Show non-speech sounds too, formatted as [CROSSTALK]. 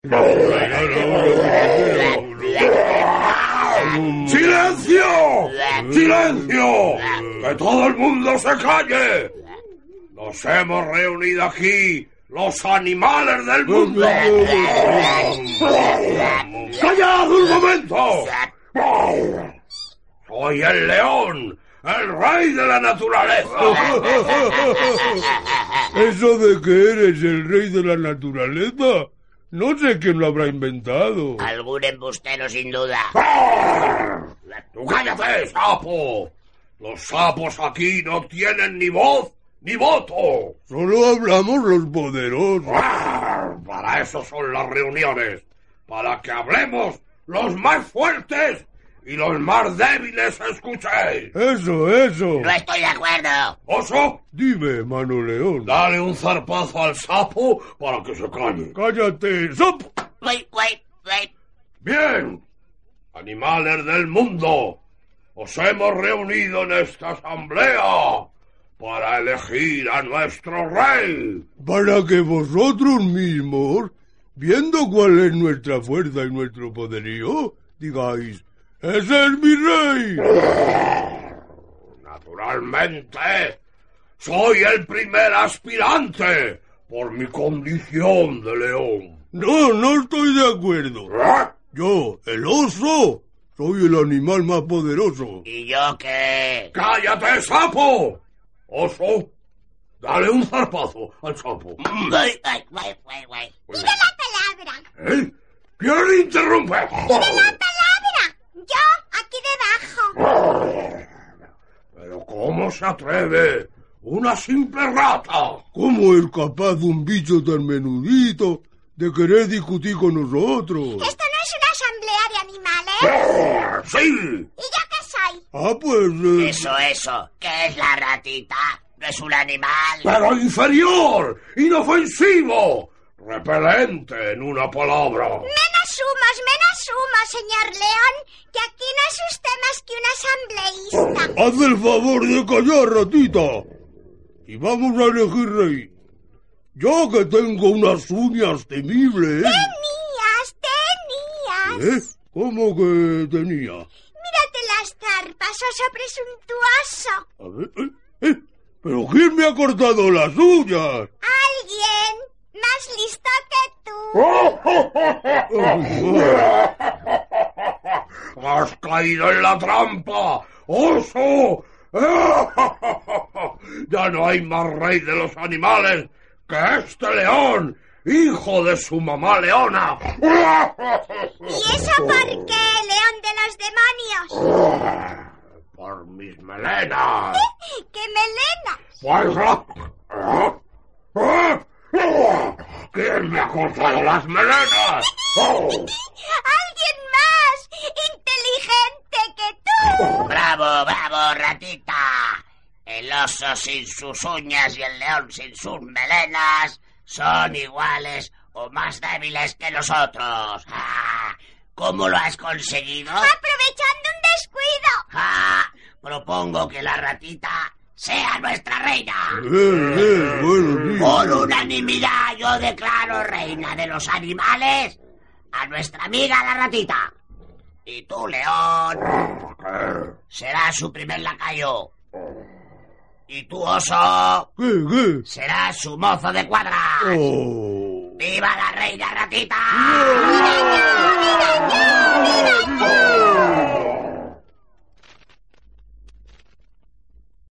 [LAUGHS] ¡Silencio! ¡Silencio! ¡Que todo el mundo se calle! Nos hemos reunido aquí los animales del mundo. ¡Callad un momento! Soy el león, el rey de la naturaleza. ¿Eso de que eres el rey de la naturaleza? No sé quién lo habrá inventado. Algún embustero, sin duda. ¡Tú cállate, sapo! Los sapos aquí no tienen ni voz ni voto. Solo hablamos los poderosos. Para eso son las reuniones. Para que hablemos los más fuertes y los más débiles escuchéis. Eso, eso. No estoy de acuerdo. ¿Oso? Dime, mano león. Dale un zarpazo al sapo para que se calle. Cállate, sapo. Wait, wait, wait. Bien. Animales del mundo. Os hemos reunido en esta asamblea para elegir a nuestro rey. Para que vosotros mismos, viendo cuál es nuestra fuerza y nuestro poderío, digáis, ¡Ese es mi rey! Naturalmente, soy el primer aspirante por mi condición de león. No, no estoy de acuerdo. ¡Ah! Yo, el oso, soy el animal más poderoso. ¿Y yo qué? ¡Cállate, sapo! Oso, dale un zarpazo al sapo. Ay, ay, guay, guay, guay. Dime la palabra. ¿Eh? ¿Quién interrumpe? Dime la palabra. Yo aquí debajo. Pero ¿cómo se atreve una simple rata? ¿Cómo es capaz un bicho tan menudito de querer discutir con nosotros? Esto no es una asamblea de animales. ¡Sí! ¿Y yo qué soy? Ah, pues... eh, Eso, eso. ¿Qué es la ratita? No es un animal. pero inferior, inofensivo, repelente en una palabra. Menos humos, menos humos, señor León, que aquí no es usted más que un asambleísta. Haz el favor de callar, ratita. Y vamos a elegir rey. Yo que tengo unas uñas temibles. Tenías, tenías. ¿Eh? ¿Cómo que tenía? Mírate las zarpas, oso presuntuoso. A ver, eh, eh, ¿Pero quién me ha cortado las uñas? Alguien más listo que tú. [LAUGHS] Has caído en la trampa, oso. [LAUGHS] Ya no hay más rey de los animales que este león, hijo de su mamá leona. ¿Y eso por qué, León de los demonios? [LAUGHS] Por mis melenas. ¡Qué melenas! Pues, ¿Eh? ¿Quién me ha cortado las melenas? [LAUGHS] [LAUGHS] ¡Alguien más inteligente que tú! Bravo, bravo, ratita. El oso sin sus uñas y el león sin sus melenas son iguales o más débiles que nosotros. Ah, ¿Cómo lo has conseguido? Aprovechando un descuido. Ah, Propongo que la ratita sea nuestra reina. Eh, eh, bueno, sí. Por unanimidad yo declaro reina de los animales a nuestra amiga la ratita. Y tú, León, serás su primer lacayo. Y tú, oso, ¿Qué, qué? serás su mozo de cuadra. Oh. ¡Viva la reina ratita!